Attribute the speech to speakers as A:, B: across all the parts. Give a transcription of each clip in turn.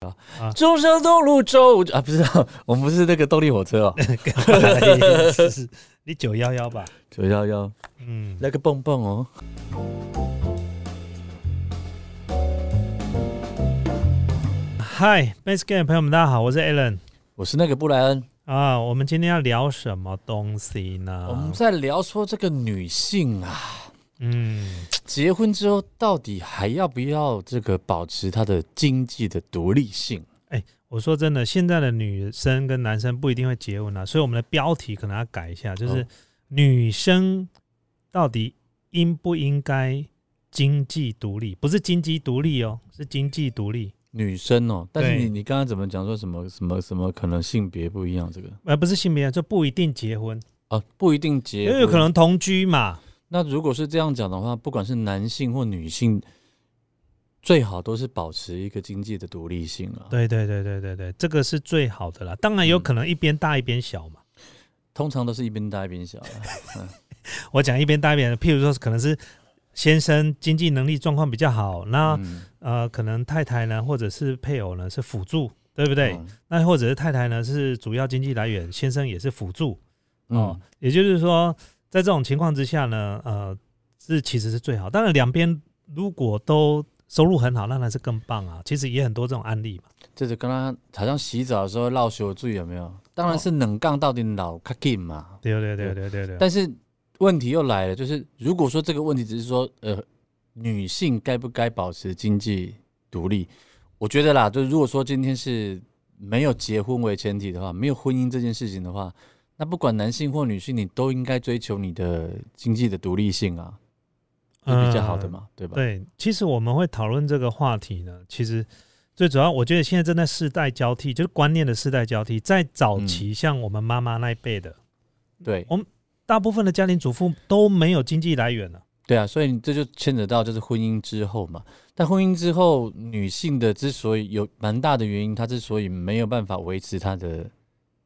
A: 操！
B: 啊
A: 中山东路周五啊，不是、我们不是那个动力火 车哦，
B: 是是你九幺幺 吧？
A: 九幺幺
B: 嗯，
A: 那个蹦蹦哦。
B: 嗨，Base Game 的朋友们，大家好，我是 Alan
A: 我是那个布莱恩，
B: 啊。我们今天要聊什么东西
A: 我们
B: 呢？
A: 在聊说这个女性啊，
B: 嗯，
A: 结婚之后到底还要不要这个保持她的经济的独立性？
B: 我说真的，现在的女生跟男生不一定会结婚啊，所以我们的标题可能要改一下，就是
A: 哦
B: 女生到底应不应该经济独立？不是经济独立哦，是经济独立。
A: 女生哦，但是
B: 对
A: 你你刚刚怎么讲说什么什么什么可能性别不一样这个
B: 而呃不是性别，就不一定结婚，
A: 啊不一定结
B: 因
A: 婚，
B: 哦为有可能同居嘛。
A: 那如果是这样讲的话，不管是男性或女性，最好都是保持一个经济的独立性啊。，
B: 对对对对对对，这个是最好的啦。当然有可能一边大一边小嘛。
A: 通常都是一边大一边小啊。
B: 我讲一边大一边，譬如说可能是先生经济能力状况比较好，那、
A: 嗯
B: 呃可能太太呢或者是配偶呢是辅助，对不对？
A: 嗯
B: 那或者是太太呢是主要经济来源，先生也是辅助哦。
A: 嗯
B: 也就是说，在这种情况之下呢，呃，这其实是最好。当然两边如果都收入很好，那那是更棒啊。其实也很多这种案例嘛。
A: 这就刚刚好像洗澡的时候绕小醉有没有？当然是冷杠到底老卡劲嘛。
B: 对对对对对对。
A: 但是问题又来了，就是如果说这个问题只是说呃女性该不该保持经济独立，我觉得啦，就是如果说今天是没有结婚为前提的话，没有婚姻这件事情的话，那不管男性或女性，你都应该追求你的经济的独立性啊，是比较好
B: 嗯
A: 的嘛，对吧？
B: 对，其实我们会讨论这个话题呢，其实最主要，我觉得现在正在世代交替，就是观念的世代交替。在早
A: 嗯
B: 期，像我们妈妈那一辈的，
A: 对
B: 大部分的家庭主妇都没有经济来源了。
A: 对啊，所以你这就牵扯到就是婚姻之后嘛。但婚姻之后，女性的之所以有蛮大的原因，她之所以没有办法维持她的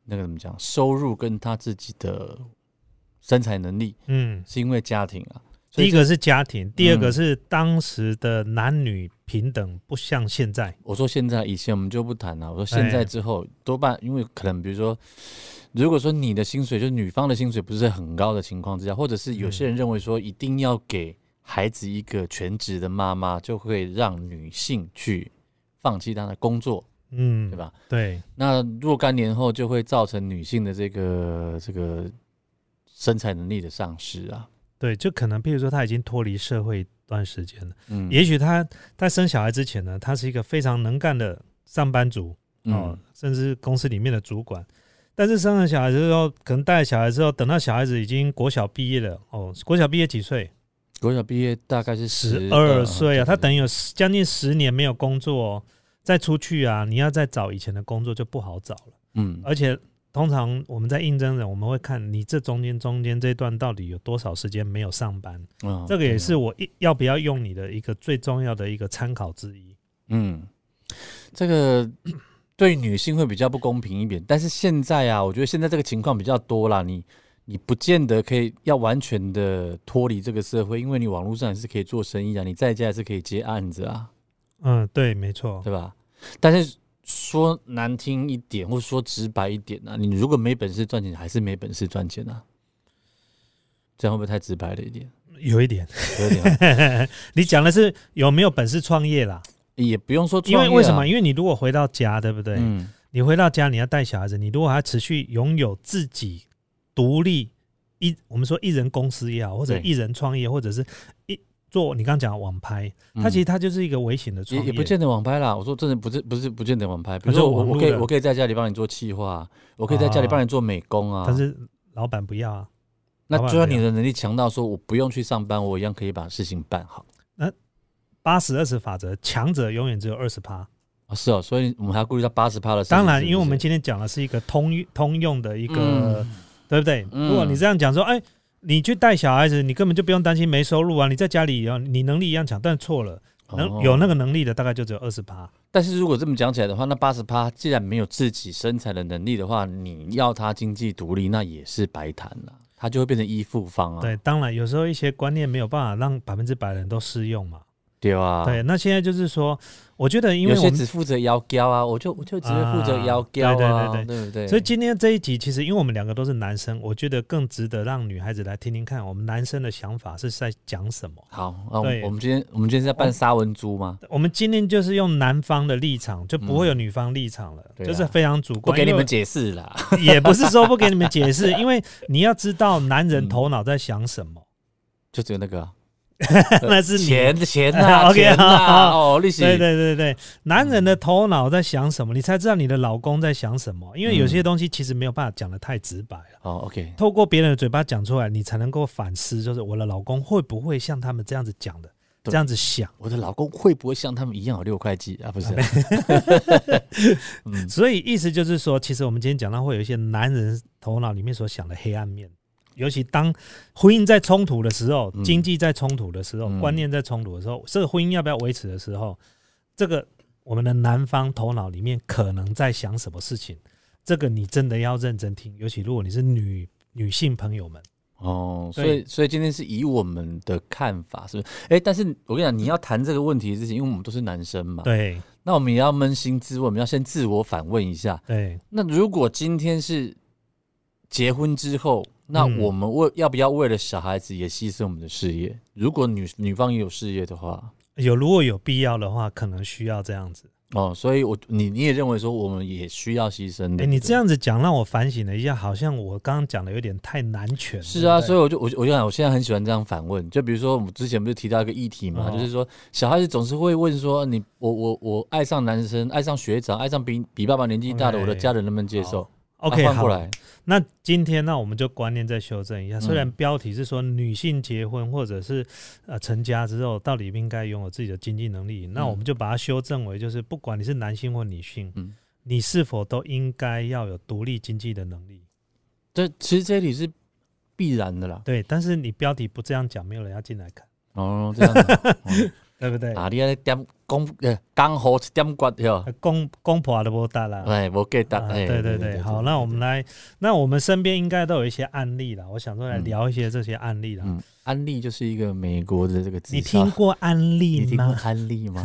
A: 那个怎么讲收入跟她自己的生产能力，
B: 嗯，
A: 是因为家庭啊。所
B: 第
A: 以
B: 一个是家庭，第二个
A: 嗯
B: 是当时的男女平等，不像现在。
A: 我说现在以前我们就不谈了、我说现在
B: 哎
A: 之后多半因为可能比如说，如果说你的薪水就是女方的薪水不是很高的情况之下，或者是有些人认为说一定要给孩子一个全职的妈妈，就会让女性去放弃她的工作，
B: 嗯，
A: 对？吧？
B: 对，
A: 那若干年后就会造成女性的这个这个生产能力的丧失啊。
B: 对，就可能，譬如说，他已经脱离社会一段时间了，
A: 嗯，
B: 也许他在生小孩之前呢，他是一个非常能干的上班族，哦
A: 嗯，，
B: 甚至公司里面的主管。但是生了小孩之后，可能带了小孩之后，等到小孩子已经国小毕业了，哦，国小毕业几岁？
A: 国小毕业大概是
B: 十
A: 二
B: 二岁啊，他等
A: 于
B: 于有十将近十年没有工作、哦，再出去啊，你要再找以前的工作就不好找了。
A: 嗯
B: 而且通常我们在应征人，我们会看你这中间中间这段到底有多少时间没有上班，
A: 嗯
B: 这个也是我一要不要用你的一个最重要的一个参考之一。
A: 嗯，这个对女性会比较不公平一点，但是现在啊，我觉得现在这个情况比较多啦，你你不见得可以要完全的脱离这个社会，因为你网络上也是可以做生意啊，你在家也是可以接案子啊，
B: 嗯，对，没错，
A: 对吧？但是说难听一点，或说直白一点啊，你如果没本事赚钱，还是没本事赚钱啊，这样会不会太直白了一点？
B: 有一点。
A: 有点 啊
B: 你讲的是有没有本事创业啦？
A: 也不用说
B: 因
A: 创业
B: 为
A: 啊，
B: 为什么？因为你如果回到家，对不对？
A: 嗯。
B: 你回到家，你要带小孩子，你如果还持续拥有自己独立一，我们说一人公司也好，或者
A: 对
B: 一人创业，或者是一做你刚讲的网拍，它其
A: 嗯
B: 实它就是一个微型的创
A: 也也
B: 业，
A: 不见得网拍啦。我说真的不是不是不见得网拍，比如
B: 啊就
A: 说我
B: 网
A: 我
B: 络
A: 可以
B: 的
A: 我可以在家里帮你做企划，我可以在家里帮你做美工啊。
B: 但是老板不要啊。
A: 那
B: 老板
A: 就算你
B: 没
A: 的能力强到说我不用去上班，我一样可以把事情办好
B: 八十二十法则，强者永远只有二十趴。
A: 啊。是哦，所以我们还要顾虑到八十趴的事情。
B: 当然，
A: 是不
B: 因
A: 是
B: 为我们今天讲的是一个通通用的一个，
A: 嗯
B: 对不对？
A: 嗯
B: 如果你这样讲说，哎，你去带小孩子，你根本就不用担心没收入啊，你在家里啊，你能力一样强，但错了。能有那
A: 哦啊
B: 个能力的大概就只有二十趴。
A: 但是如果这么讲起来的话，那八十趴既然没有自己生产的能力的话，你要他经济独立，那也是白谈了，他就会变成依附方啊。
B: 对，当然有时候一些观念没有办法让百分之百的人都适用嘛。
A: 对啊，
B: 对，那现在就是说，我觉得因为
A: 有
B: 我
A: 些
B: 们
A: 只负责腰胶啊，我就我就只会负责腰胶啊，
B: 啊对对对
A: 对不对？
B: 所以今天这一集，其实因为我们两个都是男生，我觉得更值得让女孩子来听听看，我们男生的想法是在讲什么。
A: 好，那我
B: 对哦
A: 们我们今天我们今天是在办沙文猪吗？
B: 我们今天就是用男方的立场，就不会有女方立场了，
A: 对啊
B: 就是非常主
A: 不
B: 观。
A: 给你
B: 因为
A: 们解释啦，
B: 也不是说不给你们解释，因为你要知道男
A: 嗯
B: 人头脑在想 什么，
A: 就只有那个啊
B: 那是你。
A: 钱钱呐
B: OK，
A: 钱
B: 好
A: 呐，
B: 好
A: 哦，利息
B: 对对对对，男人的头脑在想什么，你才知道你的老公在想什么。因为有些东西其实没有办法讲的太直白了，
A: 哦，OK，
B: 透过别人的嘴巴讲出来，你才能够反思，就是我的老公会不会像他们这样子讲的，
A: 对
B: 这样子想。
A: 我的老公会不会像他们一样有六块肌啊？不是啊，嗯，
B: 所以意思就是说，其实我们今天讲到会有一些男人头脑里面所想的黑暗面，尤其当婚姻在冲突的时候，
A: 嗯
B: 经济在冲突的时候，
A: 嗯
B: 观念在冲突的时候，这个婚姻要不要维持的时候，这个我们的男方头脑里面可能在想什么事情，这个你真的要认真听，尤其如果你是女女性朋友们，
A: 哦，所
B: 对
A: 以所以今天是以我们的看法是不是？哎，但是我跟你讲，你要谈这个问题之前，因为我们都是男生嘛，，
B: 对
A: 那我们也要扪心自问，我们要先自我反问一下，
B: 对，
A: 那如果今天是结婚之后，那
B: 嗯
A: 我们为、要不要为了小孩子也牺牲我们的事业？如果女女方也有事业的话，
B: 有如果有必要的话，可能需要这样子。
A: 哦，所以我你你也认为说我们也需要牺牲
B: 哎、
A: 的？
B: 你这样子讲让我反省了一下，好像我刚刚讲的有点太男权了。
A: 是啊，
B: 对不对
A: 所以我就我就我就想，我现在很喜欢这样反问。就比如说，我们之前不是提到一个议题嘛，
B: 哦
A: 就是说小孩子总是会问说，啊你我我我爱上男生，爱上学长，爱上比比爸爸年纪大的，
B: OK，
A: 我的家人能不能接受
B: OK，、
A: 啊换
B: 好
A: 过，来，
B: 那今天呢，我们就观念再修正一下。
A: 嗯
B: 虽然标题是说女性结婚或者是呃成家之后，到底应该拥有自己的经济能力，
A: 嗯
B: 那我们就把它修正为就是，不管你是男性或女性，
A: 嗯
B: 你是否都应该要有独立经济的能力。
A: 这其实这一题是必然的啦。
B: 对，但是你标题不这样讲，没有人要进来看，
A: 哦，这样子啊、哦
B: 对不对？
A: 啊！你安点讲呃，刚好一点骨哟，
B: 公公婆的波大啦。
A: 哎，我给答
B: 啊，
A: 哎，
B: 对对对，好，那我们来，那我们身边应该都有一些案例了，我想说来
A: 嗯
B: 聊一些这些案例了。
A: 嗯，安利就是一个美国的这个自
B: 你
A: 杀
B: 听，过案
A: 你
B: 例
A: 听过
B: 吗？
A: 安利 吗？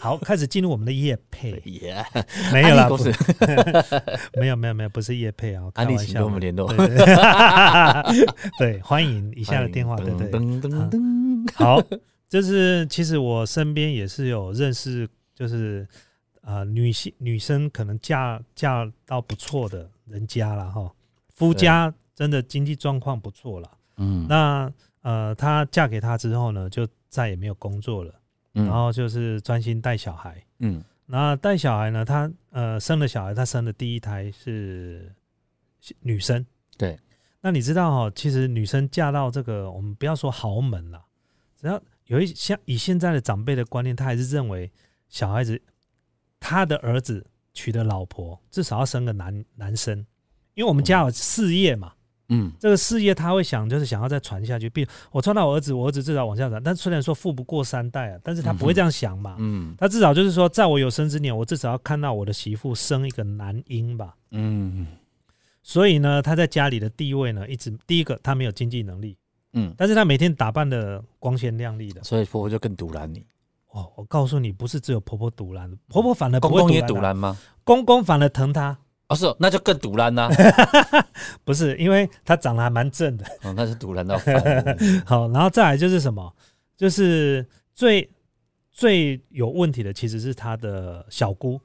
B: 好，开始进入我们的业配，
A: 耶，
B: 没有
A: 安
B: 啦，
A: 利公
B: 不
A: 司，
B: 没有没有没有，不 是业配啊，我开
A: 安利
B: 玩
A: 请跟
B: 笑
A: 我
B: 的。
A: 们联络，
B: 对对对对，欢迎以
A: 以
B: 下的电话，对对对。
A: 噔
B: 啊
A: 噔噔，
B: 好，就是其实我身边也是有认识，就是呃女性女生可能嫁嫁到不错的人家了哈，夫
A: 对
B: 家真的经济状况不错了，
A: 嗯，
B: 那呃她嫁给他之后呢，就再也没有工作了，然
A: 嗯
B: 后就是专心带小孩。
A: 嗯
B: 那带小孩呢，她呃生了小孩，她生的第一胎是是女生。
A: 对，
B: 那你知道哈、其实女生嫁到这个，我们不要说豪门啦，只要有一像以现在的长辈的观念，他还是认为小孩子他的儿子娶的老婆至少要生个男男生，因为我们家有事业嘛，
A: 嗯，
B: 这个事业他会想，就是想要再传下去。比如我传到我儿子，我儿子至少往下传。但虽然说富不过三代啊，但是他不会这样想嘛。
A: 嗯
B: 他至少就是说，在我有生之年，我至少要看到我的媳妇生一个男婴吧。
A: 嗯
B: 所以呢，他在家里的地位呢，一直第一个他没有经济能力，
A: 嗯，
B: 但是他每天打扮的光鲜亮丽的。
A: 所以婆婆就更堵拦你，
B: 哦，我告诉你，不是只有婆婆堵拦，婆婆反而不
A: 公
B: 会
A: 公也堵
B: 堵拦啊，
A: 拦吗？
B: 公公反而疼她，
A: 哦，是哦，那就更堵拦 啦，
B: 不是因为她长得还蛮正的。
A: 哦那就堵拦到烦了，
B: 好，然后再来就是什么，就是最最有问题的其实是她的小姑。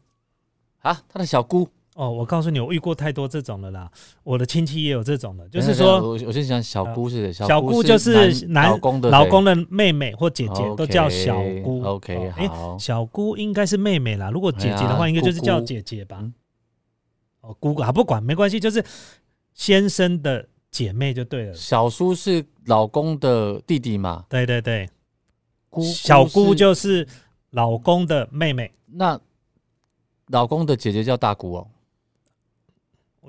A: 啊，他的小姑，
B: 哦，我告诉你，我遇过太多这种了啦，我的亲戚也有这种的，就
A: 等
B: 是
A: 一下等一下
B: 说。
A: 我我先想小姑是谁
B: 小姑就是
A: 男
B: 男
A: 老公的
B: 老
A: 谁
B: 公的妹妹或姐姐都叫小姑。
A: 哦 OK，,
B: 哦
A: o
B: 诶
A: 好，
B: 小姑应该是妹妹啦，如果姐姐的
A: 哎
B: 话，
A: 呀
B: 应该就是叫
A: 姑姑
B: 姐姐吧
A: 嗯。
B: 哦，姑姑啊，不管没关系，就是先生的姐妹就对了。
A: 小叔是老公的弟弟嘛，
B: 对对对，
A: 姑
B: 小姑
A: 是
B: 就是老公的妹妹，
A: 那老公的姐姐叫大姑哦。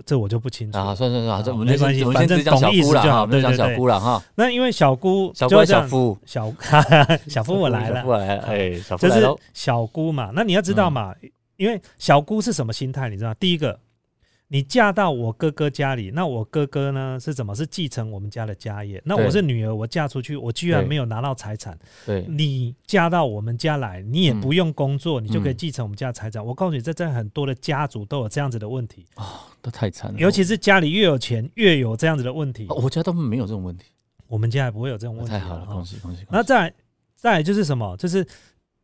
B: 这我就不清楚。
A: 啊，算算算，这我们
B: 嗯没
A: 先
B: 关系
A: 我们先
B: 反正
A: 只讲小
B: 懂意
A: 姑
B: 思
A: 了
B: 就
A: 哈，
B: 好
A: 我们就
B: 对
A: 讲
B: 对
A: 小
B: 对
A: 姑了哈，
B: 那因为小姑
A: 小
B: 就
A: 姑
B: 这
A: 小
B: 样，
A: 夫，
B: 小 小夫
A: 夫
B: 我来
A: 小
B: 了
A: 夫，来了，哎，小夫
B: 就
A: 来嗯
B: 是
A: 了，
B: 小姑嘛。那你要知道嘛，因为小姑是什么心态，你知道吗？第一个，你嫁到我哥哥家里，那我哥哥呢是怎么是继承我们家的家业？那我
A: 对
B: 是女儿，我嫁出去，我居然
A: 对
B: 没有拿到财产。
A: 对
B: 你嫁到我们家来，你也
A: 嗯
B: 不用工作，你就可以
A: 嗯
B: 继承我们家的财产。我告诉你，这在很多的家族都有这样子的问题，
A: 都太惨了。
B: 尤其是家里越有钱越有这样子的问
A: 嗯
B: 题
A: 哦。我家都没有这种问题，
B: 我们家也不会有这种问题。
A: 太好了，
B: 哈
A: 恭喜恭喜！恭喜
B: 那再来再来就是什么？就是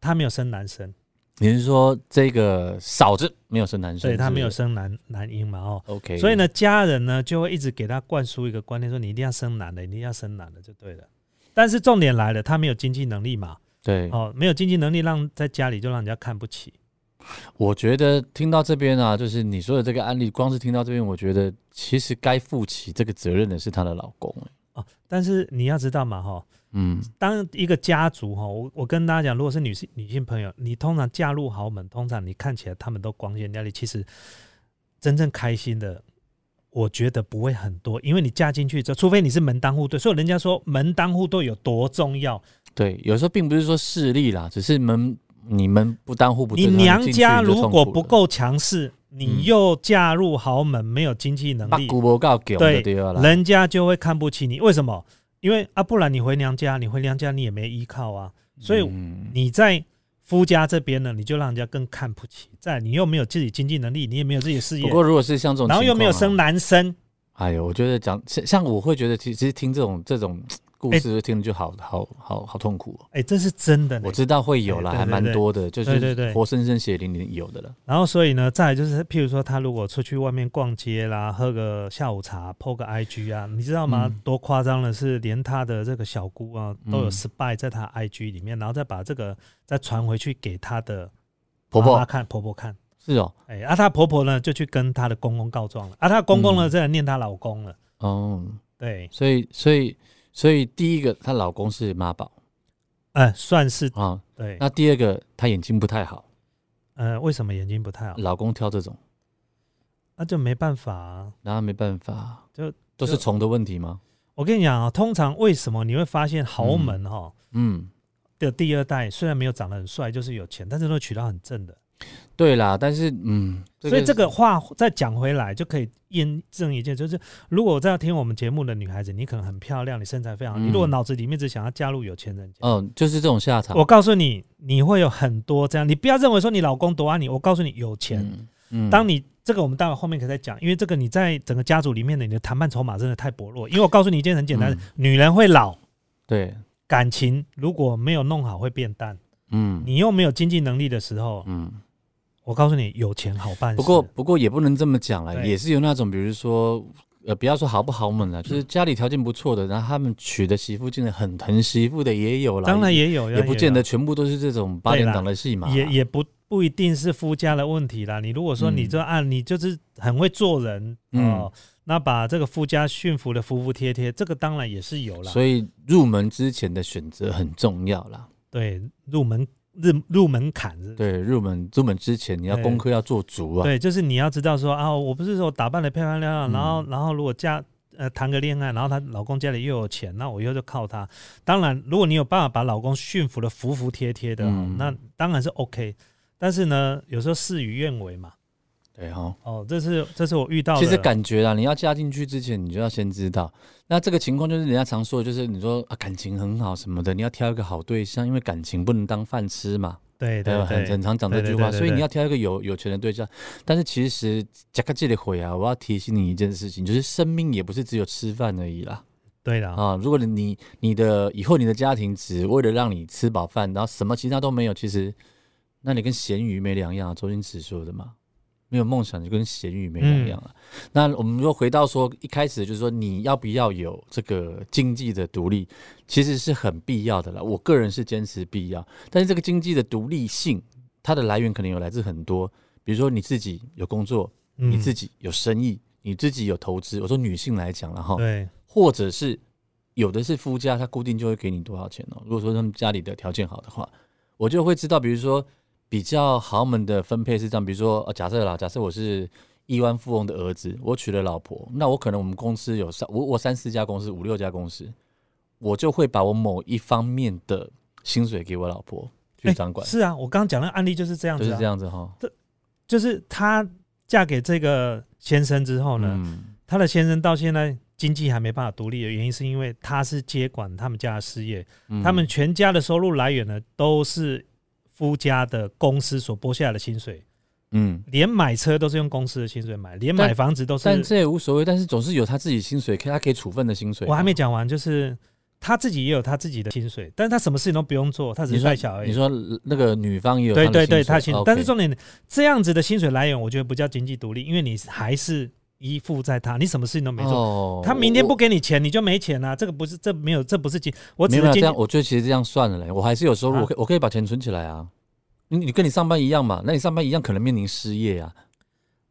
B: 他没有生男生，
A: 你是说这个嫂子没有生男生，
B: 所以他没有
A: 是
B: 生男男婴嘛，哦。
A: 不是 OK，
B: 所以呢，家人呢就会一直给他灌输一个观念，说你一定要生男的，你一定要生男的就对了。但是重点来了，他没有经济能力嘛，
A: 对，
B: 哦，没有经济能力让在家里就让人家看不起。
A: 我觉得听到这边啊，就是你说的这个案例，光是听到这边，我觉得其实该负起这个责任的是她的老公、欸
B: 哦，但是你要知道嘛，哈、哦
A: 嗯，
B: 当一个家族哈，我我跟大家讲，如果是女性女性朋友，你通常嫁入豪门，通常你看起来他们都光鲜亮丽，其实真正开心的，我觉得不会很多，因为你嫁进去之后，除非你是门当户对，所以人家说门当户对有多重要，
A: 对，有时候并不是说势利啦，只是门你们不当户不对，
B: 你
A: 然后
B: 娘
A: 进去
B: 家
A: 你就
B: 如
A: 痛
B: 果
A: 苦
B: 不
A: 了，
B: 够强势，你
A: 嗯
B: 又嫁入豪门，没有经济能
A: 八
B: 力，
A: 股不够给
B: 对
A: 的对了啦，
B: 人家就会看不起你。为什么？因为啊，不然你回娘家，你回娘家你也没依靠啊，所以
A: 嗯
B: 你在夫家这边呢，你就让人家更看不起。再来你又没有自己经济能力，你也没有自己的事业
A: 不，过如果是像这种、啊
B: 然后又没有生
A: 男，
B: 男生，
A: 哎呦，我觉得讲像像我会觉得，其其实听这种这种故事听着就好好好好痛苦、哦。
B: 哎、这是真的呢
A: 我。知道会有啦，
B: 哎对对
A: 还蛮
B: 对
A: 多的，就
B: 对对
A: 是
B: 对啊
A: 活生生血淋淋有的了。
B: 然后所以呢，再来就是，譬如说他如果出去外面逛街啦，喝个下午茶，PO 个 IG 啊，你知道吗？
A: 嗯
B: 多夸张的是，连他的这个小姑啊，
A: 嗯
B: 都有 spy 在他 IG 里面，然后再把这个再传回去给他的
A: 婆
B: 妈妈
A: 婆
B: 看，婆婆看。
A: 是哦，
B: 哎，啊，她婆婆呢就去跟她的公公告状了，啊，她公公呢
A: 嗯
B: 真的念她老公了，
A: 哦，
B: 对，
A: 所以所以所以第一个她老公是妈宝
B: 哎、算是
A: 啊，
B: 对，
A: 那第二个她眼睛不太好，
B: 呃，为什么眼睛不太好？
A: 老公挑这种，
B: 那、就没办法、啊。
A: 然后没办法，
B: 就
A: 都是虫的问题吗？
B: 我跟你讲啊，通常为什么你会发现豪门哈、
A: 嗯，
B: 的第二代虽然没有长得很帅，就是有钱，但是都娶到很正的。
A: 对啦，但是嗯，
B: 所以这个话再讲回来，就可以验证一件，就是如果在听我们节目的女孩子，你可能很漂亮，你身材非常好，
A: 嗯
B: 你如果脑子里面只想要嫁入有钱人家，
A: 嗯，就是这种下场，
B: 我告诉你，你会有很多这样。你不要认为说你老公多爱你，我告诉你，有钱。
A: 嗯嗯
B: 当你这个我们待会后面可以再讲，因为这个你在整个家族里面的你的谈判筹码真的太薄弱。因为我告诉你一件很简单的，
A: 嗯
B: 女人会老，
A: 对，
B: 感情如果没有弄好会变淡。
A: 嗯
B: 你又没有经济能力的时候，
A: 嗯。
B: 我告诉你，有钱好办事。
A: 不过不过也不能这么讲啦，
B: 对嗯
A: 也是有那种，比如说。呃，不要说豪不豪门了，就是家里条件不错的，然后他们娶的媳妇竟然很疼媳妇的也有啦，
B: 当然也有，
A: 也不见
B: 有
A: 得全部都是这种八点档的戏嘛，
B: 也也不不一定是夫家的问题啦。你如果说
A: 嗯
B: 你这按、你就是很会做人哦，那把这个夫家驯服的服服帖帖，这个当然也是有啦。
A: 所以入门之前的选择很重要啦。
B: 对，入门入入门槛是
A: 对，入门入门之前你要
B: 对
A: 功课要做足啊。
B: 对，就是你要知道说啊，我不是说打扮的漂漂亮亮，
A: 嗯
B: 然后然后如果嫁呃谈个恋爱，然后她老公家里又有钱，那我以后就靠她。当然，如果你有办法把老公驯服的服服帖帖的，
A: 嗯
B: 那当然是 OK。但是呢，有时候事与愿违嘛。
A: 对哈，
B: 哦，这是这是我遇到的。
A: 其实感觉啊，你要加进去之前，你就要先知道。那这个情况就是人家常说的，就是你说啊感情很好什么的，你要挑一个好对象，因为感情不能当饭吃嘛。
B: 对对
A: 呃很
B: 对
A: 很常讲这句
B: 对对对
A: 话，
B: 对
A: 所以
B: 对
A: 你要挑一个有有钱的对象。但是其实加个这里回啊，我要提醒你一件事情，就是生命也不是只有吃饭而已啦。
B: 对的啊，
A: 啊，如果你你你的以后你的家庭只为了让你吃饱饭，然后什么其他都没有，其实那你跟咸鱼没两样、啊。周星驰说的嘛，没有梦想就跟咸鱼没两样啊。那我们又回到说一开始就是说你要不要有这个经济的独立，其实是很必要的啦。我个人是坚持必要，但是这个经济的独立性，它的来源可能有来自很多，比如说你自己有工作，
B: 嗯
A: 你自己有生意，你自己有投资。我说女性来讲了哈，
B: 对
A: 或者是有的是夫家，他固定就会给你多少钱哦。如果说他们家里的条件好的话，我就会知道，比如说比较豪门的分配是这样，比如说、呃、假设啦，假设我是亿万富翁的儿子，我娶了老婆，那我可能我们公司有三我我三四家公司，五六家公司，我就会把我某一方面的薪水给我老婆去
B: 哎
A: 掌管，
B: 是啊，我刚刚讲的案例就是这样
A: 就
B: 子
A: 是
B: 啊，
A: 这样子哈。
B: 就是她嫁给这个先生之后呢，
A: 嗯
B: 她的先生到现在经济还没办法独立的原因，是因为他是接管他们家的事业，
A: 嗯
B: 他们全家的收入来源呢都是夫家的公司所拨下来的薪水，
A: 嗯，
B: 连买车都是用公司的薪水买，连
A: 但
B: 买房子都是。
A: 但这也无所谓，但是总是有他自己薪水，可以他可以处分的薪水。啊
B: 我还没讲完，就是他自己也有他自己的薪水，但是他什么事情都不用做，他只
A: 你
B: 是
A: 说
B: 带小而已
A: 你。说那个女方也有
B: 对
A: 她的
B: 对对，他薪
A: 薪
B: 水
A: 水，，
B: 但是
A: 说
B: 重点这样子的薪水来源，我觉得不叫经济独立，因为你还是依附在他，你什么事情都没做。
A: 做
B: 他明天不给你钱，你就没钱啊！这个不是，这没有，这不是经，我只
A: 没有
B: 是
A: 没有这
B: 经
A: 样，我觉得其实这样算了嘞，我还是有收入，
B: 啊
A: 我可以我可以把钱存起来啊。你你跟你上班一样嘛，那你上班一样可能面临失业啊。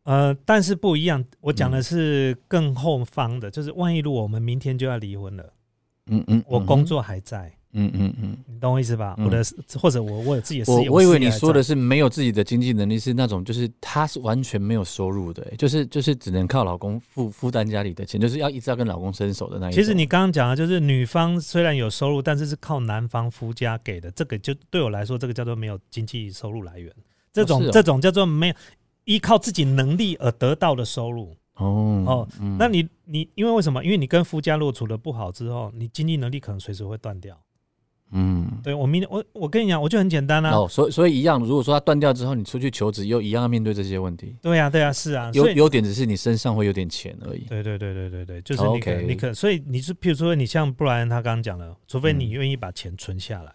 B: 呃，但是不一样。我讲
A: 嗯
B: 的是更后方的，就是万一如果我们明天就要离婚了，
A: 嗯嗯，
B: 我
A: 嗯
B: 工，作还在，
A: 嗯嗯嗯，
B: 你懂我意思吧？
A: 嗯
B: 我的或者我我有自己的事
A: 我
B: 业，
A: 我以
B: 事
A: 为
B: 业
A: 你
B: 还
A: 说
B: 在
A: 的是没有自己的经济能力，是那种就是她是完全没有收入的、欸就是就是只能靠老公负负担家里的钱，就是要一直要跟老公伸手的那一种。
B: 其实你刚刚讲的就是女方虽然有收入，但是是靠男方夫家给的，这个就对我来说，这个叫做没有经济收入来源，这种、
A: 是哦
B: 这种叫做没有依靠自己能力而得到的收入。
A: 哦
B: 哦
A: 嗯
B: 那你你因为为什么？因为你跟夫家若处的不好之后，你经济能力可能随时会断掉。
A: 嗯。
B: 对我明天我我跟你讲，我就很简单啊，
A: 哦，所以所以一样，如果说他断掉之后，你出去求职又一样要面对这些问题。
B: 对呀、对呀、是啊，
A: 优
B: 所以
A: 优点只是你身上会有点钱而已。
B: 对对对对对对，就是
A: 哦
B: 你可、
A: ，OK
B: 你可，所以你是譬如说你像布莱恩他刚刚讲的，除非你
A: 嗯
B: 愿意把钱存下来。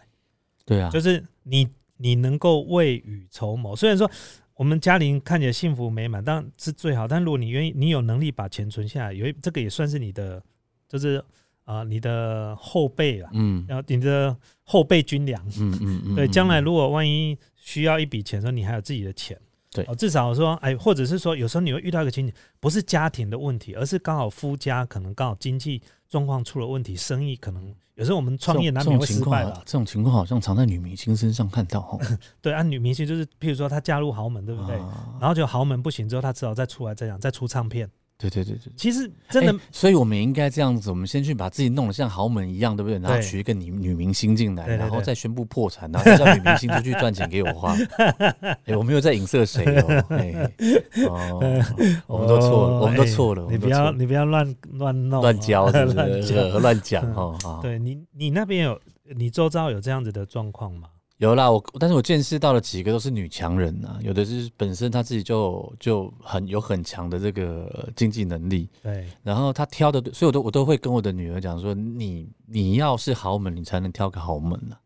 A: 对啊，
B: 就是你你能够未雨绸缪。虽然说我们家庭看起来幸福美满，当然是最好，但如果你愿意，你有能力把钱存下来，有一这个也算是你的，就是啊、呃你的后辈啦，
A: 嗯
B: 然后你的后备军粮。
A: 嗯嗯嗯，
B: 对，
A: 嗯
B: 将来
A: 嗯
B: 如果万一需要一笔钱的时候，你还有自己的钱。
A: 对
B: 哦，至少说，哎，或者是说，有时候你会遇到一个情景，不是家庭的问题，而是刚好夫家可能刚好经济状况出了问题，生意可能有时候我们创业
A: 这
B: 难
A: 种
B: 免
A: 这种
B: 会失
A: 情况
B: 败
A: 好
B: 吧，
A: 这种情况好像常在女明星身上看到，哦
B: 对啊，女明星就是，譬如说她嫁入豪门，对不对？
A: 啊
B: 然后就豪门不行之后，她只好再出来这样，再出唱片。
A: 对对对对，
B: 其实真的，
A: 哎所以我们也应该这样子，我们先去把自己弄得像豪门一样，对不对？然后
B: 对
A: 娶一个女女明星进来，
B: 对对对
A: 然后再宣布破产，然后再叫女明星出去赚钱给我 花。哎，我没有在影射谁哦，哎， 哦，我们都错了，
B: 哦
A: 我们都
B: 哎
A: 错了，我
B: 你
A: 们
B: 不
A: 都错
B: 要，
A: 了
B: 你不要乱乱弄啊，
A: 乱教是不
B: 乱
A: 是，
B: 教。
A: 乱讲哦，好
B: 对你，你那边有，你周遭有这样子的状况吗？
A: 有啦，我但是我见识到了几个都是女强人啊，有的是本身她自己就就很有很强的这个呃经济能力，
B: 对，
A: 然后她挑的，所以我都我都会跟我的女儿讲说，你你要是豪门，你才能挑个豪门啊。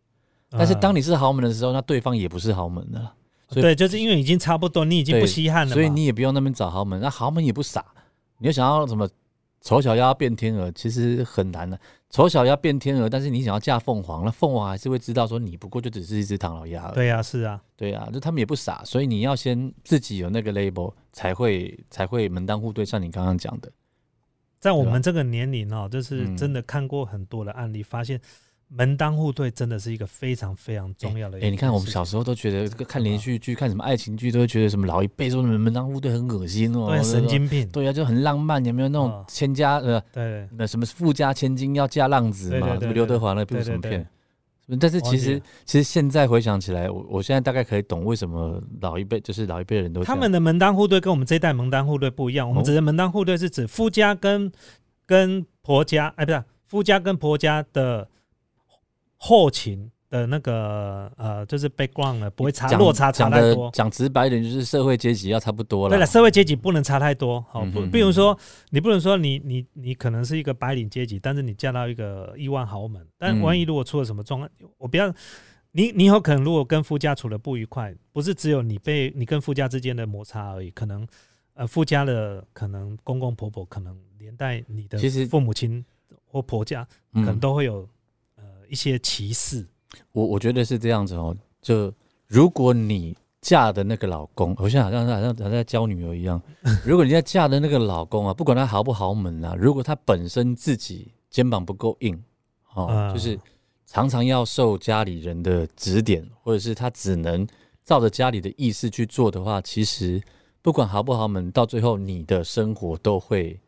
A: 但是当
B: 你、
A: 你是豪门的时候，那对方也不是豪门的啦，所以
B: 对，就是因为已经差不多，你已经
A: 对
B: 不稀罕了嘛，
A: 所以你也不用那边找豪门，那豪门也不傻，你又想要什么丑小鸭变天鹅，其实很难的、啊丑小鸭变天鹅，但是你想要嫁凤凰，那凤凰还是会知道说你不过就只是一只唐老鸭而已。
B: 对呀、是啊，
A: 对啊，就他们也不傻，所以你要先自己有那个 label，才会才会门当户对。像你刚刚讲的，
B: 在我
A: 对吧啊
B: 们这个年龄哦，就是
A: 嗯
B: 真的看过很多的案例，发现门当户对真的是一个非常非常重要的
A: 哎、
B: 一件事情。
A: 你看我们小时候都觉得这个看连续剧、看什么爱情剧，都会觉得什么老一辈说什么门当户对很恶心哦，
B: 对
A: 那种
B: 神。经病，
A: 对啊，就很浪漫，有没有那种
B: 啊
A: 千家、呃
B: 对
A: 那什么富家千金要嫁浪子
B: 对对
A: 嘛？
B: 对
A: 什
B: 对
A: 么刘德华那部
B: 对
A: 什
B: 对
A: 么
B: 对
A: 片？，但是
B: 忘
A: 其
B: 记
A: 实
B: 了
A: 其实现在回想起来，我我现在大概可以懂为什么老一辈就是老一辈人都这
B: 他
A: 样
B: 们的门当户对跟我们这一代门当户对不一样。我们
A: 哦
B: 指的门当户对是指夫家跟跟婆家，哎，不是夫家跟婆家的后勤的那个呃，就是 background 了，不会差
A: 讲
B: 落差差
A: 讲
B: 太
A: 的
B: 多。
A: 讲直白一点，就是社会阶级要差不多了。
B: 对了，社会阶级不能差太多，好、
A: 嗯
B: 不，
A: 哼
B: 比如说你不能说你你你可能是一个白领阶级，但是你嫁到一个亿万豪门，但
A: 嗯
B: 万一如果出了什么状况，我不要你你有可能如果跟夫家处的不愉快，不是只有你被你跟夫家之间的摩擦而已，可能呃夫家的可能公公婆婆可能连带你的
A: 其实
B: 父母亲或婆家可
A: 嗯
B: 能都会有、呃一些歧视，
A: 我我觉得是这样子哦，就如果你嫁的那个老公，我现在好像好像好像在教女儿一样，如果你在嫁的那个老公啊，不管他豪不豪门啊，如果他本身自己肩膀不够硬，哦，
B: 嗯
A: 就是常常要受家里人的指点，或者是他只能照着家里的意思去做的话，其实不管豪不豪门，到最后你的生活都会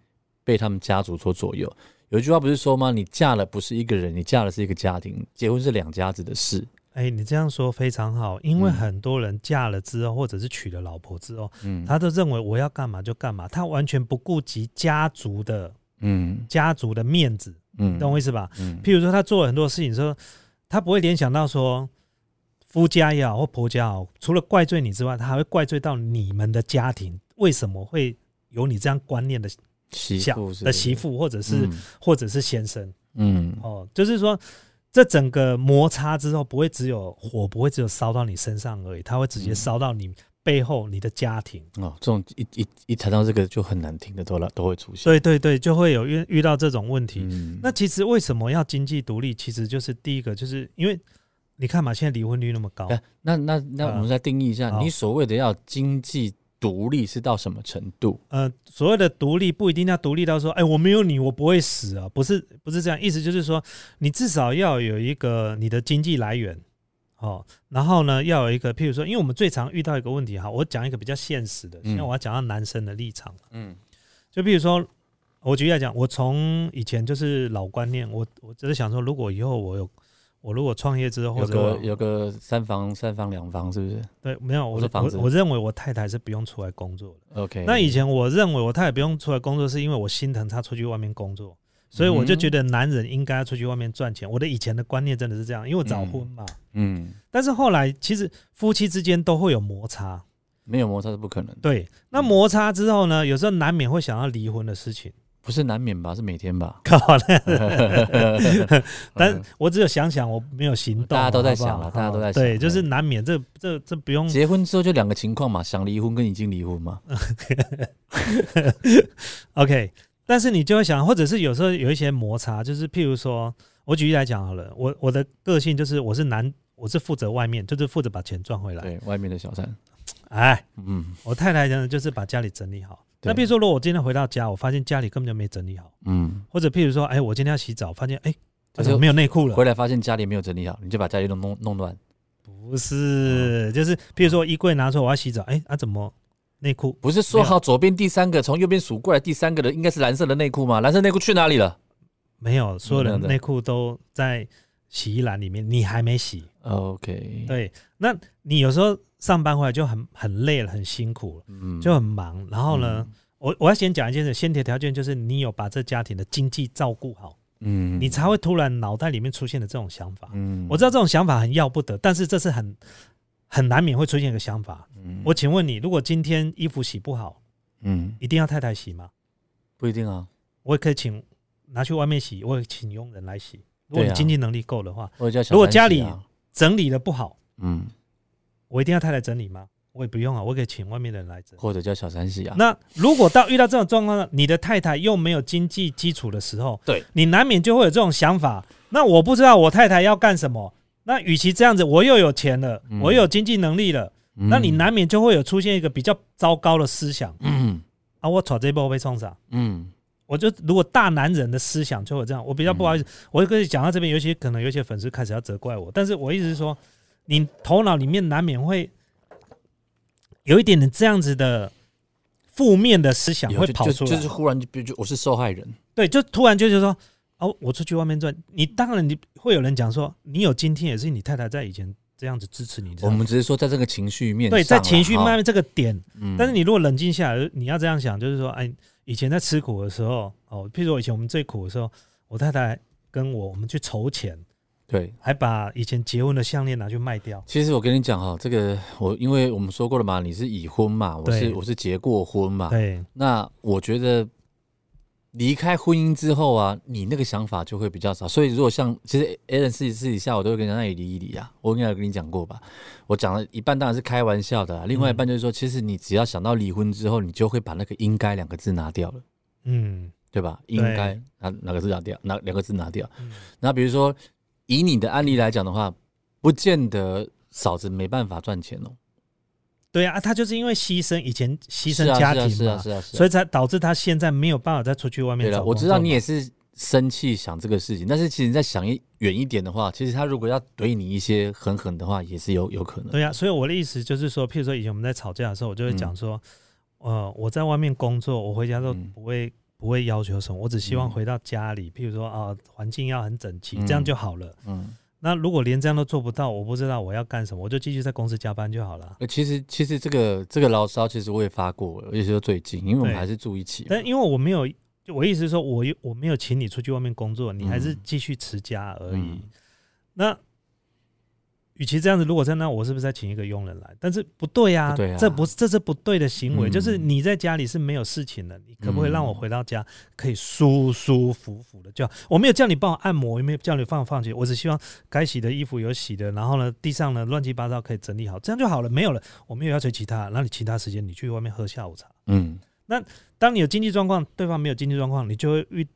A: 被他们家族所左右。有一句话不是说吗？你嫁了不是一个人，你嫁了是一个家庭，结婚是两家子的事。
B: 哎，你这样说非常好，因为
A: 嗯
B: 很多人嫁了之后，或者是娶了老婆之后，
A: 嗯
B: 他都认为我要干嘛就干嘛，他完全不顾及家族的
A: 嗯
B: 家族的面子，
A: 嗯，
B: 懂我意思吧？
A: 嗯
B: 譬如说，他做了很多事情，说他不会联想到说夫家也好或婆家也好，除了怪罪你之外，他还会怪罪到你们的家庭为什么会有你这样观念的
A: 媳
B: 小
A: 妇是
B: 的媳妇，或者是、或者是先生
A: 嗯嗯
B: 哦，就是说。这整个摩擦之后，不会只有火，不会只有烧到你身上而已，它会直接
A: 嗯
B: 烧到你背后、你的家庭。
A: 哦，这种一一一谈到这个就很难听的都来都会出现。
B: 对对对，就会有遇遇到这种问题。
A: 嗯
B: 那其实为什么要经济独立？其实就是第一个，就是因为你看嘛，现在离婚率那么高，
A: 哎那那那
B: 啊
A: 我们再定义一下，
B: 好
A: 你所谓的要经济独立是到什么程度？
B: 呃，所谓的独立不一定要独立到说，哎，我没有你我不会死啊，不是不是这样，意思就是说，你至少要有一个你的经济来源，哦，然后呢，要有一个，譬如说，因为我们最常遇到一个问题哈，我讲一个比较现实的，
A: 嗯
B: 因为我要讲到男生的立场，
A: 嗯
B: 就譬如说，我举例来讲，我从以前就是老观念，我我只是想说，如果以后我有我如果创业之后，
A: 有
B: 或者
A: 个
B: 我
A: 有个三房、三房、两房，是不是
B: 对，没有，我
A: 说房
B: 我
A: 子哎
B: 我认为我太太是不用出来工作的。
A: ？OK，
B: 那以前我认为我太太不用出来工作，是因为我心疼她出去外面工作，所以我
A: 嗯
B: 就觉得男人应该要出去外面赚钱。我的以前的观念真的是这样，因为我早婚嘛。
A: 嗯，
B: 但是后来其实夫妻之间都会有摩擦，
A: 没有摩擦是不可能的，
B: 对。那摩擦之后呢，有时候难免会想要离婚的事情。
A: 不是难免吧？是每天吧？
B: 搞 了，但我只有想想，我没有行动。
A: 嗯大家都在想
B: 了，
A: 了大家都在想
B: 对，
A: 了哎
B: 就是难免，这这这不用
A: 结婚之后就两个情况嘛，想离婚跟已经离婚嘛。
B: OK，但是你就会想，或者是有时候有一些摩擦，就是譬如说，我举例来讲好了，我我的个性就是我是男，我是负责外面，就是负责把钱赚回来。
A: 对，外面的小三，
B: 哎，
A: 嗯
B: 我太太呢就是把家里整理好。那
A: 对
B: 譬如说，如果我今天回到家，我发现家里根本就没整理好，
A: 嗯，
B: 或者譬如说，哎，我今天要洗澡，发现哎，
A: 他
B: 怎么
A: 就
B: 没有内裤了？
A: 回来发现家里没有整理好，你就把家里弄弄弄乱。
B: 不是，就是譬如说衣柜拿出来我要洗澡，哎，啊怎么内裤？
A: 不是说
B: 没有
A: 好左边第三个，从右边数过来第三个的应该是蓝色的内裤吗？蓝色内裤去哪里了？
B: 没有，所有
A: 没
B: 的
A: 有的
B: 内裤都在洗衣篮里面，你还没洗。
A: 哦 OK，，
B: 对，那你有时候上班回来就很很累了，很辛苦了，
A: 嗯
B: 就很忙。然后呢，，我我要先讲一件事，先决条件就是你有把这家庭的经济照顾好，
A: 嗯
B: 你才会突然脑袋里面出现的这种想法。
A: 嗯
B: 我知道这种想法很要不得，但是这是很很难免会出现一个想法。
A: 嗯
B: 我请问你，如果今天衣服洗不好，
A: 嗯
B: 一定要太太洗吗？
A: 不一定啊，
B: 我也可以请拿去外面洗，我也请佣人来洗。如果
A: 对啊
B: 你经济能力够的话，
A: 我也叫小
B: 如果
A: 三
B: 家
A: 洗
B: 里
A: 啊
B: 整理的不好，
A: 嗯，
B: 我一定要太太整理吗？我也不用啊，我可以请外面的人来整。
A: 或者叫小三洗啊，
B: 那如果到遇到这种状况呢，你的太太又没有经济基础的时候，
A: 对
B: 你难免就会有这种想法。那我不知道我太太要干什么。那与其这样子，我又有钱了，
A: 嗯
B: 我又有经济能力了，
A: 嗯
B: 那你难免就会有出现一个比较糟糕的思想
A: 嗯
B: 啊！我炒这一波被冲上，
A: 嗯
B: 我就如果大男人的思想就会有这样，我比较不
A: 嗯
B: 好意思。我跟你讲到啊这边，尤其可能有些粉丝开始要责怪我，但是我一直是说，你头脑里面难免会有一点点这样子的负面的思想
A: 有
B: 会
A: 就
B: 跑
A: 就
B: 出来，
A: 就是忽然就就就我是受害人，
B: 对，就突然就就说，哦，我出去外面赚，你当然你会有人讲说，你有今天也是你太太在以前这样子支持你的，
A: 我们只是说在这个情绪面
B: 对，
A: 上
B: 在
A: 啦
B: 情绪
A: 哈
B: 慢慢这个点，
A: 嗯
B: 但是你如果冷静下来，你要这样想，就是说，哎，以前在吃苦的时候，哦，譬如我以前我们最苦的时候，我太太跟我我们去筹钱，
A: 对。
B: 还把以前结婚的项链拿去卖掉。
A: 其实我跟你讲哈，这个我因为我们说过了嘛，你是已婚嘛，我是
B: 对
A: 我是结过婚嘛，
B: 对，
A: 那我觉得离开婚姻之后啊，你那个想法就会比较少。所以如果像其实 a l a n 私私底下我都会跟人家一离一离啊，我应该有跟你讲过吧？我讲了一半当然是开玩笑的、啊，另外一半就是说，其实你只要想到离婚之后，你就会把那个“应该”两个字拿掉了。
B: 嗯，
A: 对吧？应该拿哪个字拿掉，哪两个字拿掉。
B: 嗯
A: 那比如说，以你的案例来讲的话，不见得嫂子没办法赚钱哦，
B: 对啊，他就是因为牺牲以前牺牲
A: 是啊
B: 家庭嘛，
A: 是啊，是啊，是啊，是啊
B: 所以才导致他现在没有办法再出去外面
A: 对
B: 找
A: 了，
B: 工作。
A: 我知道你也是生气想这个事情，但是其实你再想一远一点的话，其实他如果要怼你一些狠狠的话，也是有有可能。
B: 对呀、所以我的意思就是说，譬如说以前我们在吵架的时候，我就会讲说，呃，我在外面工作，我回家都
A: 嗯
B: 不会、不会要求什么，我只希望
A: 嗯
B: 回到家里，譬如说啊，环境要很整齐，
A: 嗯
B: 这样就好了。
A: 嗯
B: 那如果连这样都做不到，我不知道我要干什么，我就继续在公司加班就好了。
A: 呃，其实其实这个这个牢骚，其实我也发过，而且就最近，因为我们
B: 对
A: 还是住一起嘛。
B: 但因为我没有，就我意思是说，我又我没有请你出去外面工作，你还是继续持家而已。
A: 嗯
B: 那与其这样子，如果在那，我是不是再请一个佣人来？但是不对啊，
A: 不对啊
B: 这不是这是不对的行为。
A: 嗯
B: 就是你在家里是没有事情的，你可不可以让我回到家、可以舒舒服服的就好？我没有叫你帮我按摩，也没有叫你放放去，我只希望该洗的衣服有洗的，然后呢，地上呢乱七八糟可以整理好，这样就好了。没有了，我没有要求其他，那你其他时间你去外面喝下午茶。
A: 嗯，
B: 当你有经济状况，对方没有经济状况，你就会遇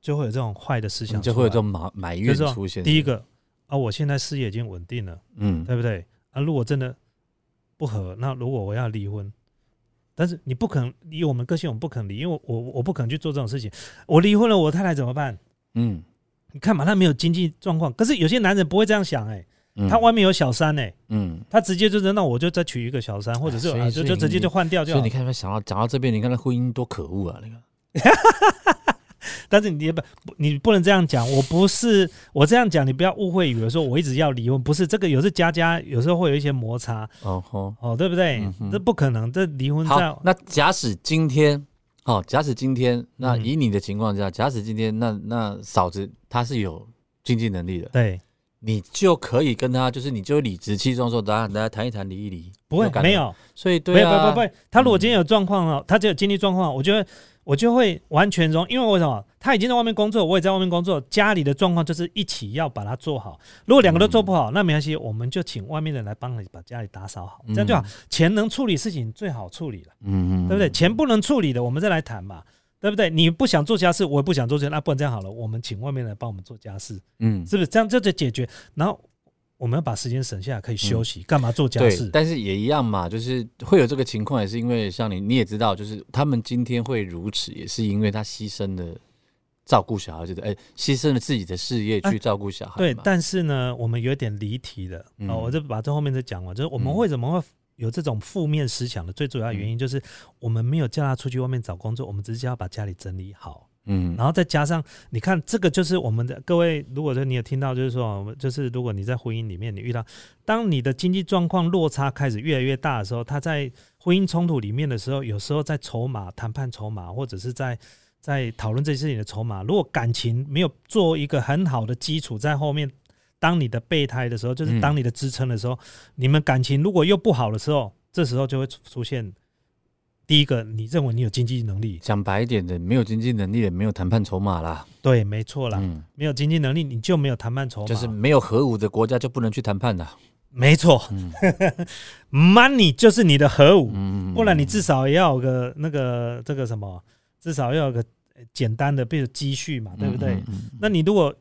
B: 就会有这种坏的思
A: 你
B: 想，
A: 嗯
B: 啊
A: 就会有这。种埋埋
B: 就
A: 怨
B: 是说
A: 出现。
B: 第一，个啊，我现在事业已经稳定了，
A: 嗯，
B: 对不对？啊，如果真的不合，那如果我要离婚，但是你不肯，以我们个性，我们不肯离，因为我我我不肯去做这种事情。我离婚了，我太太怎么办？
A: 嗯，
B: 你看嘛，他没有经济状况，可是有些男人不会这样想、欸，
A: 嗯
B: 他外面有小三、欸，
A: 嗯，
B: 他直接就是那我就再娶一个小三，或者是、
A: 哎所以
B: 啊、
A: 所
B: 就
A: 以
B: 就直接
A: 你
B: 就换掉就
A: 所
B: 好嗯
A: 以
B: 了
A: 你。看他想到讲到这边，你看他婚姻多可恶啊！那个，
B: 但是你也不，不你不能这样讲。我不是我这样讲，你不要误会，以为说我一直要离婚，不是这个。有时家家有时候会有一些摩擦，
A: 哦吼，
B: 哦，对不对
A: 嗯？哼
B: 这不可能，这离婚在
A: 好，那假使今天，好、假使今天，那
B: 嗯
A: 以你的情况下，假使今天，那那嫂子她是有经济能力的，
B: 对，
A: 你就可以跟她，就是你就理直气壮说，大家大家谈一谈，离一离，
B: 不会
A: 就干了
B: 没，有，
A: 所以对
B: 没有，
A: 啊，
B: 不不不，他如果今天有状况了，他只有经济状况，我就会我就会完全容，因为为什么？他已经在外面工作，我也在外面工作，家里的状况就是一起要把它做好。如果两个都做不好，那没关系，我们就请外面的人来帮你把家里打扫好，这样就
A: 嗯
B: 好。钱能处理事情最好处理了。
A: 嗯嗯，
B: 对不对？钱不能处理的，我们再来谈嘛，对不对？你不想做家事，我也不想做家事，那不然这样好了，我们请外面来帮我们做家事，
A: 嗯，
B: 是不是？这样这就解决。然后我们要把时间省下来，可以休息，干嘛做家
A: 嗯对，
B: 事？
A: 但是也一样嘛，就是会有这个情况，也是因为像你，你也知道，就是他们今天会如此，也是因为他牺牲了照顾小孩，就是哎，牺牲了自己的事业去照顾小孩
B: 哎对
A: 嘛，，
B: 但是呢，我们有点离题了啊、
A: 嗯
B: 我就把这后面再讲完。就是我
A: 嗯
B: 们为什么会有这种负面思想的最主要原因，就是我们没有叫他出去外面找工作，我们只是叫他把家里整理好。
A: 嗯
B: 然后再加上，你看这个就是我们的各位，如果说你有听到，就是说，我们就是如果你在婚姻里面你遇到，当你的经济状况落差开始越来越大的时候，他在婚姻冲突里面的时候，有时候在筹码谈判筹码，或者是在在讨论这些事情的筹码，如果感情没有做一个很好的基础，在后面当你的备胎的时候，就是当你的支撑的时候，你们感情如果又不好的时候，这时候就会出出现第一个，你认为你有经济能力，
A: 讲白一点的，没有经济能力的，没有谈判筹码啦，
B: 对，没错啦。
A: 嗯，
B: 没有经济能力，你就没有谈判筹码，
A: 就是没有核武的国家就不能去谈判的，
B: 没错、
A: 嗯
B: m o n e y 就是你的核武，
A: 嗯，
B: 不然你至少也要有个那个这个什么，至少要有个呃简单的，比如积蓄嘛，对不对？
A: 嗯？嗯
B: 那你如果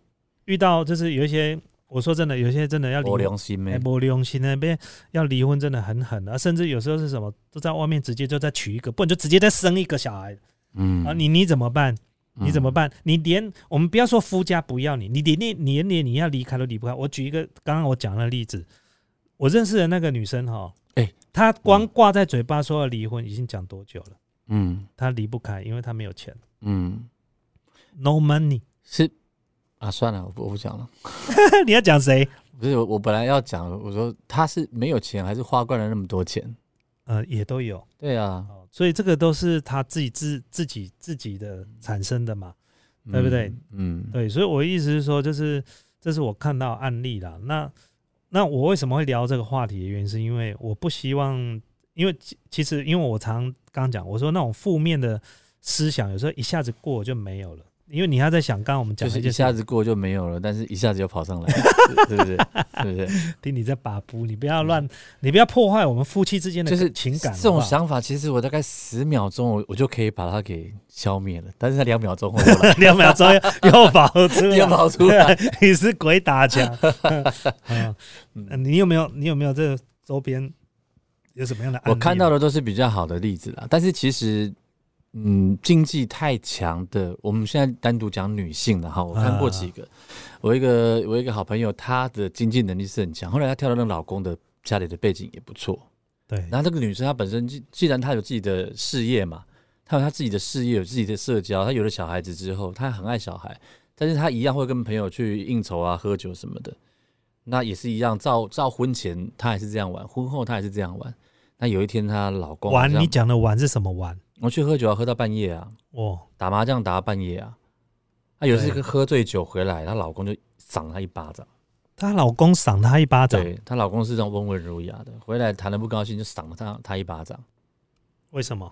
B: 遇到就是有一些，我说真的，有一些真的要
A: 嗯
B: 离
A: 我
B: 婚，
A: 良心
B: 哎，
A: 没，
B: 没良心那边要离婚真的很狠啊，甚至有时候是什么都在外面直接就再娶一个，不然就直接再生一个小孩
A: 嗯
B: 啊，你你怎么办？
A: 嗯
B: 你怎么办？你连我们不要说夫家不要你，你连你连连你要离开都离不开。我举一个刚刚我讲的例子，我认识的那个女生哈，
A: 哎
B: 她光挂在嘴巴说要离婚，已经讲多久了？
A: 嗯
B: 她离不开，因为她没有钱
A: 嗯，
B: ，no money。
A: 是啊，算了，我不我不讲了。
B: 你要讲谁？
A: 不是我，我本来要讲，我说他是没有钱，还是花惯了那么多钱？
B: 呃，也都有
A: 对啊，
B: 哦，所以这个都是她自己自自己自己的产生的嘛。
A: 嗯
B: 对不对？
A: 嗯，
B: 对，所以我的意思是说，就是这是我看到的案例啦。那那我为什么会聊这个话题的原因，是因为我不希望，因为其其实因为我常刚刚讲，我说那种负面的思想，有时候一下子过就没有了，因为你还在想刚刚我们
A: 就
B: 讲的
A: 是
B: 一件
A: 一
B: 事
A: 下
B: 情，
A: 子过就没有了，但是一下子又跑上来，是 对不对？对不对？
B: 听你在把布，你不要乱，你不要破坏我们夫妻之间的
A: 嗯就是
B: 情感，
A: 这
B: 好
A: 种
B: 不好
A: 想法，其实我大概十秒钟，我我就可以把它给消灭了，但是它两秒钟后又来
B: 两 秒钟又跑出来
A: 又跑出来。
B: 你是鬼 打墙。嗯嗯，你有没有你有没有这周边有什么样的案例啊？
A: 我看到的都是比较好的例子啦，但是其实，嗯，经济太强的，我们现在单独讲女性的哈，我看过
B: 啊
A: 几个，我一个我一个好朋友，她的经济能力是很强，后来她跳到那个老公的家里的背景也不错，
B: 对，
A: 然后这个女生她本身既既然她有自己的事业嘛，她有她自己的事业，有自己的社交，她有了小孩子之后，她很爱小孩，但是她一样会跟朋友去应酬啊、喝酒什么的。那也是一样，照照婚前她还是这样玩，婚后她还是这样玩。那有一天她老公好
B: 玩
A: 像
B: 你讲的玩是什么玩？
A: 我去喝酒要喝到半夜啊，
B: 哦，
A: 打麻将打到半夜啊。她有一次
B: 对
A: 喝醉酒回来，她老公就赏她一巴掌。
B: 她老公赏她一巴掌，
A: 对，她老公是这种温文儒雅的，回来谈的不高兴就赏了她她一巴掌。
B: 为什么？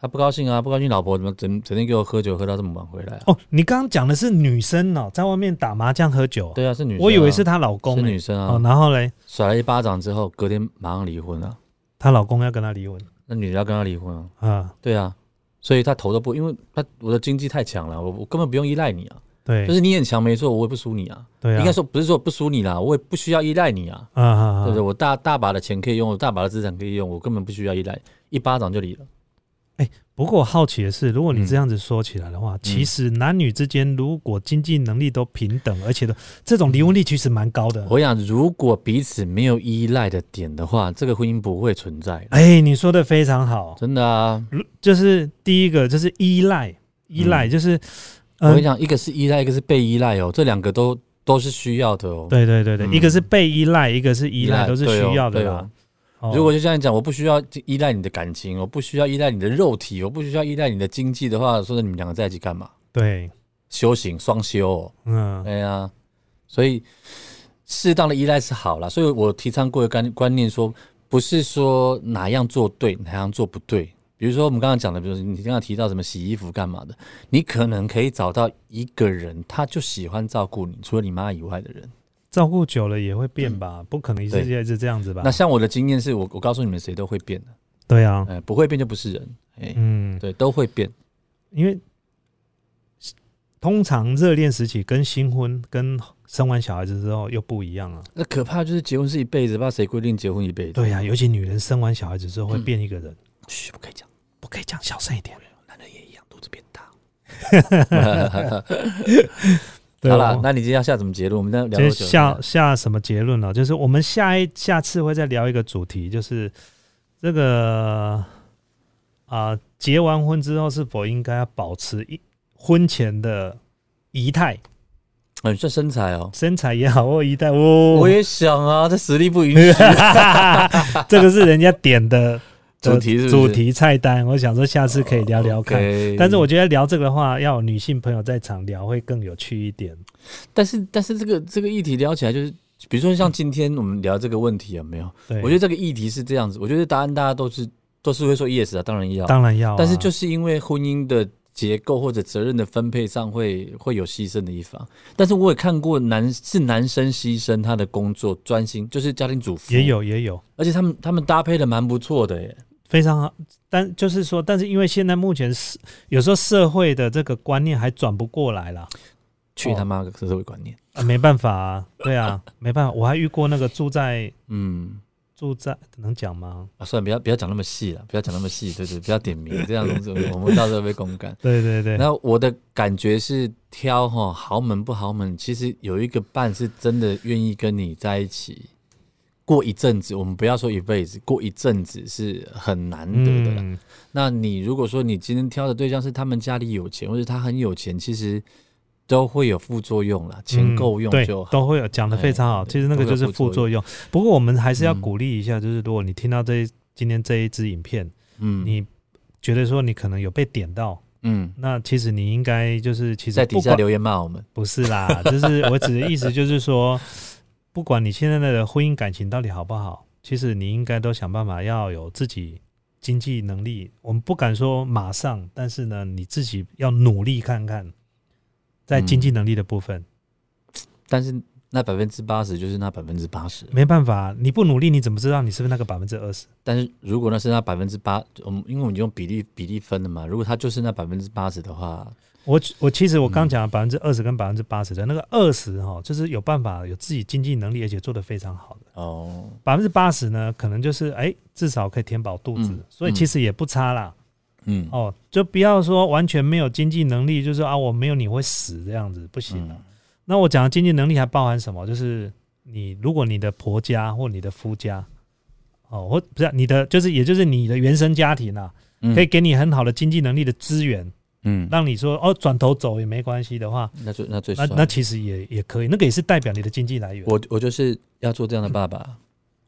A: 她不高兴啊，不高兴，老婆怎么整整天给我喝酒喝到这么晚回来啊？
B: 哦，你刚刚讲的是女生哦，在外面打麻将喝酒，哦
A: 对啊，是女生啊、
B: 我以为是她老公
A: 是
B: 欸
A: 女生啊，
B: 哦，然后嘞，
A: 甩了一巴掌之后，隔天马上离婚啊。
B: 她老公要跟她离婚
A: 那女的要跟他离婚啊？
B: 啊，
A: 对啊，所以她头都不，因为她我的经济太强了，我我根本不用依赖你啊。
B: 对，
A: 就是你很强没错，我也不输你啊。
B: 对啊，
A: 应该说不是说不输你啦，我也不需要依赖你啊。
B: 啊啊，啊
A: 对不对？我大大把的钱可以用，我大把的资产可以用，我根本不需要依赖，一巴掌就离了。
B: 不过我好奇的是，如果你
A: 嗯
B: 这样子说起来的话，其实男女之间如果经济能力都平等，而且都这种离婚率其实蛮高的。
A: 我想，如果彼此没有依赖的点的话，这个婚姻不会存在的。
B: 哎，你说的非常好，
A: 真的啊，
B: 就是第一个就是依赖，依赖就是，
A: 我
B: 嗯
A: 跟你，讲，一个是依赖，一个是被依赖哦，这两个都都是需要的哦。，
B: 对对对对，
A: 嗯
B: 一个是被依赖，一个是依赖，都是需要的
A: 对哦对哦
B: 啦。哦
A: 如果就像你讲，我不需要依赖你的感情，我不需要依赖你的肉体，我不需要依赖你的经济的话，说你们两个在一起干嘛？
B: 对，
A: 修行双修、哦，
B: 嗯，
A: 哎呀、所以适当的依赖是好啦。所以我提倡过一个观观念说，不是说哪样做对，哪样做不对。比如说我们刚刚讲的，比如说你刚刚提到什么洗衣服干嘛的，你可能可以找到一个人，他就喜欢照顾你，除了你妈以外的人。
B: 照顾久了也会变吧，不可能一直
A: 嗯对
B: 一直这样子吧
A: 那？像我的经验是我，我告诉你们，谁都会变的，
B: 对啊，
A: 哎、不会变就不是人，哎、
B: 嗯，
A: 对，都会变。
B: 因为通常热恋时期跟新婚跟生完小孩子之后又不一样啊。
A: 那可怕就是结婚是一辈子，不知道谁规定结婚一辈子。
B: 对呀、啊尤其女人生完小孩子之
A: 嗯
B: 后会变一个人，
A: 嘘，不可以讲，
B: 不可以讲小声一点。
A: 男人也一样，肚子变大。好
B: 哦
A: 了，那你今天要下什么结论？我们再聊
B: 这
A: 多久？
B: 下下什么结论了、就是我们下一下次会再聊一个主题，就是这个啊、结完婚之后是否应该要保持一婚前的仪态，
A: 嗯，这身材哦，
B: 身材也好或仪态，哦，
A: 我也想啊，这实力不允 许。
B: 这个是人家 点的
A: 主题是不是哦
B: 主题菜单，我想说下次可以聊聊看。
A: OK
B: 但是我觉得聊这个的话，要有女性朋友在场聊会更有趣一点。
A: 但是但是这个这个议题聊起来就是。比如说，像今天我们聊这个问题有没有？
B: 对，
A: 我觉得这个议题是这样子，我觉得答案大家都是都是会说 yes 啊，当然要。
B: 当然要啊、
A: 但是就是因为婚姻的结构或者责任的分配上会会有牺牲的一方，但是我也看过男是男生牺牲他的工作专心，就是家庭主妇
B: 也，有哦也有
A: 而且他们他们搭配的蛮不错的耶，
B: 非常好，但就是说，但是因为现在目前是有时候社会的这个观念还转不过来啦，
A: 去他妈的社会观念，
B: 啊，没办法啊，对啊，没办法，我还遇过那个住在
A: 嗯。
B: 住在能讲吗？
A: 啊、算了，不要不要讲那么细了，不要讲那么细，对对，不要点名，这样 子我们到时候被公干。
B: 对对对，
A: 那我的感觉是挑哈豪门不豪门，其实有一个伴是真的愿意跟你在一起过一阵子，我们不要说一辈子，过一阵子是很难得的啦。
B: 嗯，
A: 那你如果说你今天挑的对象是他们家里有钱，或者他很有钱，其实都会有副作用啦，钱
B: 嗯
A: 够用
B: 对
A: 就好。
B: 都会有讲的非常好。
A: 哎对
B: 其实那个就是副作用，不过我们还是要
A: 嗯
B: 鼓励一下，就是如果你听到这一今天这一支影片，
A: 嗯
B: 你觉得说你可能有被点到，
A: 嗯，
B: 那其实你应该就是其实
A: 在底
B: 不
A: 下
B: 管
A: 留言骂我们。
B: 不是啦， 就是我指的意思就是说，不管你现在的婚姻感情到底好不好，其实你应该都想办法要有自己经济能力。我们不敢说马上，但是呢，你自己要努力看看，在经济能力的部
A: 嗯
B: 分，
A: 但是那百分之八十就是那百分之八十，
B: 没办法，你不努力，你怎么知道你是不是那个百分之二十？
A: 但是如果那是那百分之八，我们因为我们用比例比例分的嘛，如果他就是那百分之八十的话，
B: 我我其实我刚讲百分之二十跟百分之八十的那个二十哈，就是有办法有自己经济能力，而且做得非常好的。
A: 哦，
B: 百分之八十呢，可能就是哎，至少可以填饱肚子，
A: 嗯
B: 所以其实也不差啦。
A: 嗯，
B: 哦，就不要说完全没有经济能力，就是啊，我没有你会死这样子，不行啊。
A: 嗯
B: 那我讲的经济能力还包含什么？就是你如果你的婆家或你的夫家，哦，或不是啊你的，就是也就是你的原生家庭啊，
A: 嗯
B: 可以给你很好的经济能力的资源，
A: 嗯，
B: 让你说哦转头走也没关系的话，
A: 那就那最
B: 那
A: 爽
B: 那其实也也可以，那个也是代表你的经济来源。
A: 我我就是要做这样的爸爸，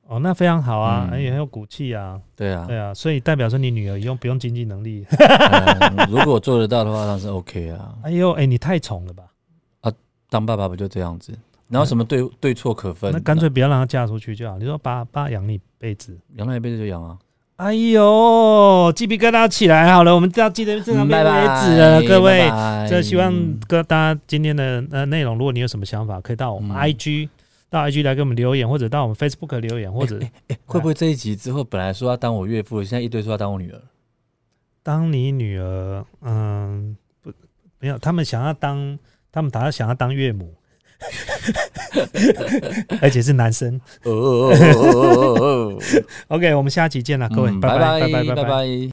B: 哦，那非常好啊，
A: 嗯
B: 哎也很有骨气啊，
A: 对啊，
B: 对啊，所以代表说你女儿用不用经济能力？
A: 嗯如果我做得到的话，当然是 OK 啊。
B: 哎呦，哎你太宠了吧？
A: 当爸爸不就这样子？然后什么对对错可分？
B: 嗯那干脆不要让她嫁出去就好。你说爸爸养你一辈子，
A: 养他一辈子就养啊。
B: 哎呦，鸡皮疙瘩起来好了，我们到记得这场
A: 嗯拜
B: 边为
A: 拜
B: 止了，各位。，
A: 拜拜
B: 这希望各大家今天的呃内容，如果你有什么想法，可以到我们
A: 嗯
B: IG、到 IG 来给我们留言，或者到我们 Facebook 留言， 或者
A: 会不会这一集之后本来说要当我岳父，现在一堆说要当我女 儿？
B: 当你女儿，嗯，不没有，他们想要当，他们打算想要当岳母， 而且是男生。
A: 哦哦哦哦哦哦哦哦！
B: OK，我们下期见啦，各位，
A: 嗯
B: 拜
A: 拜
B: 拜拜
A: 拜
B: 拜
A: 拜。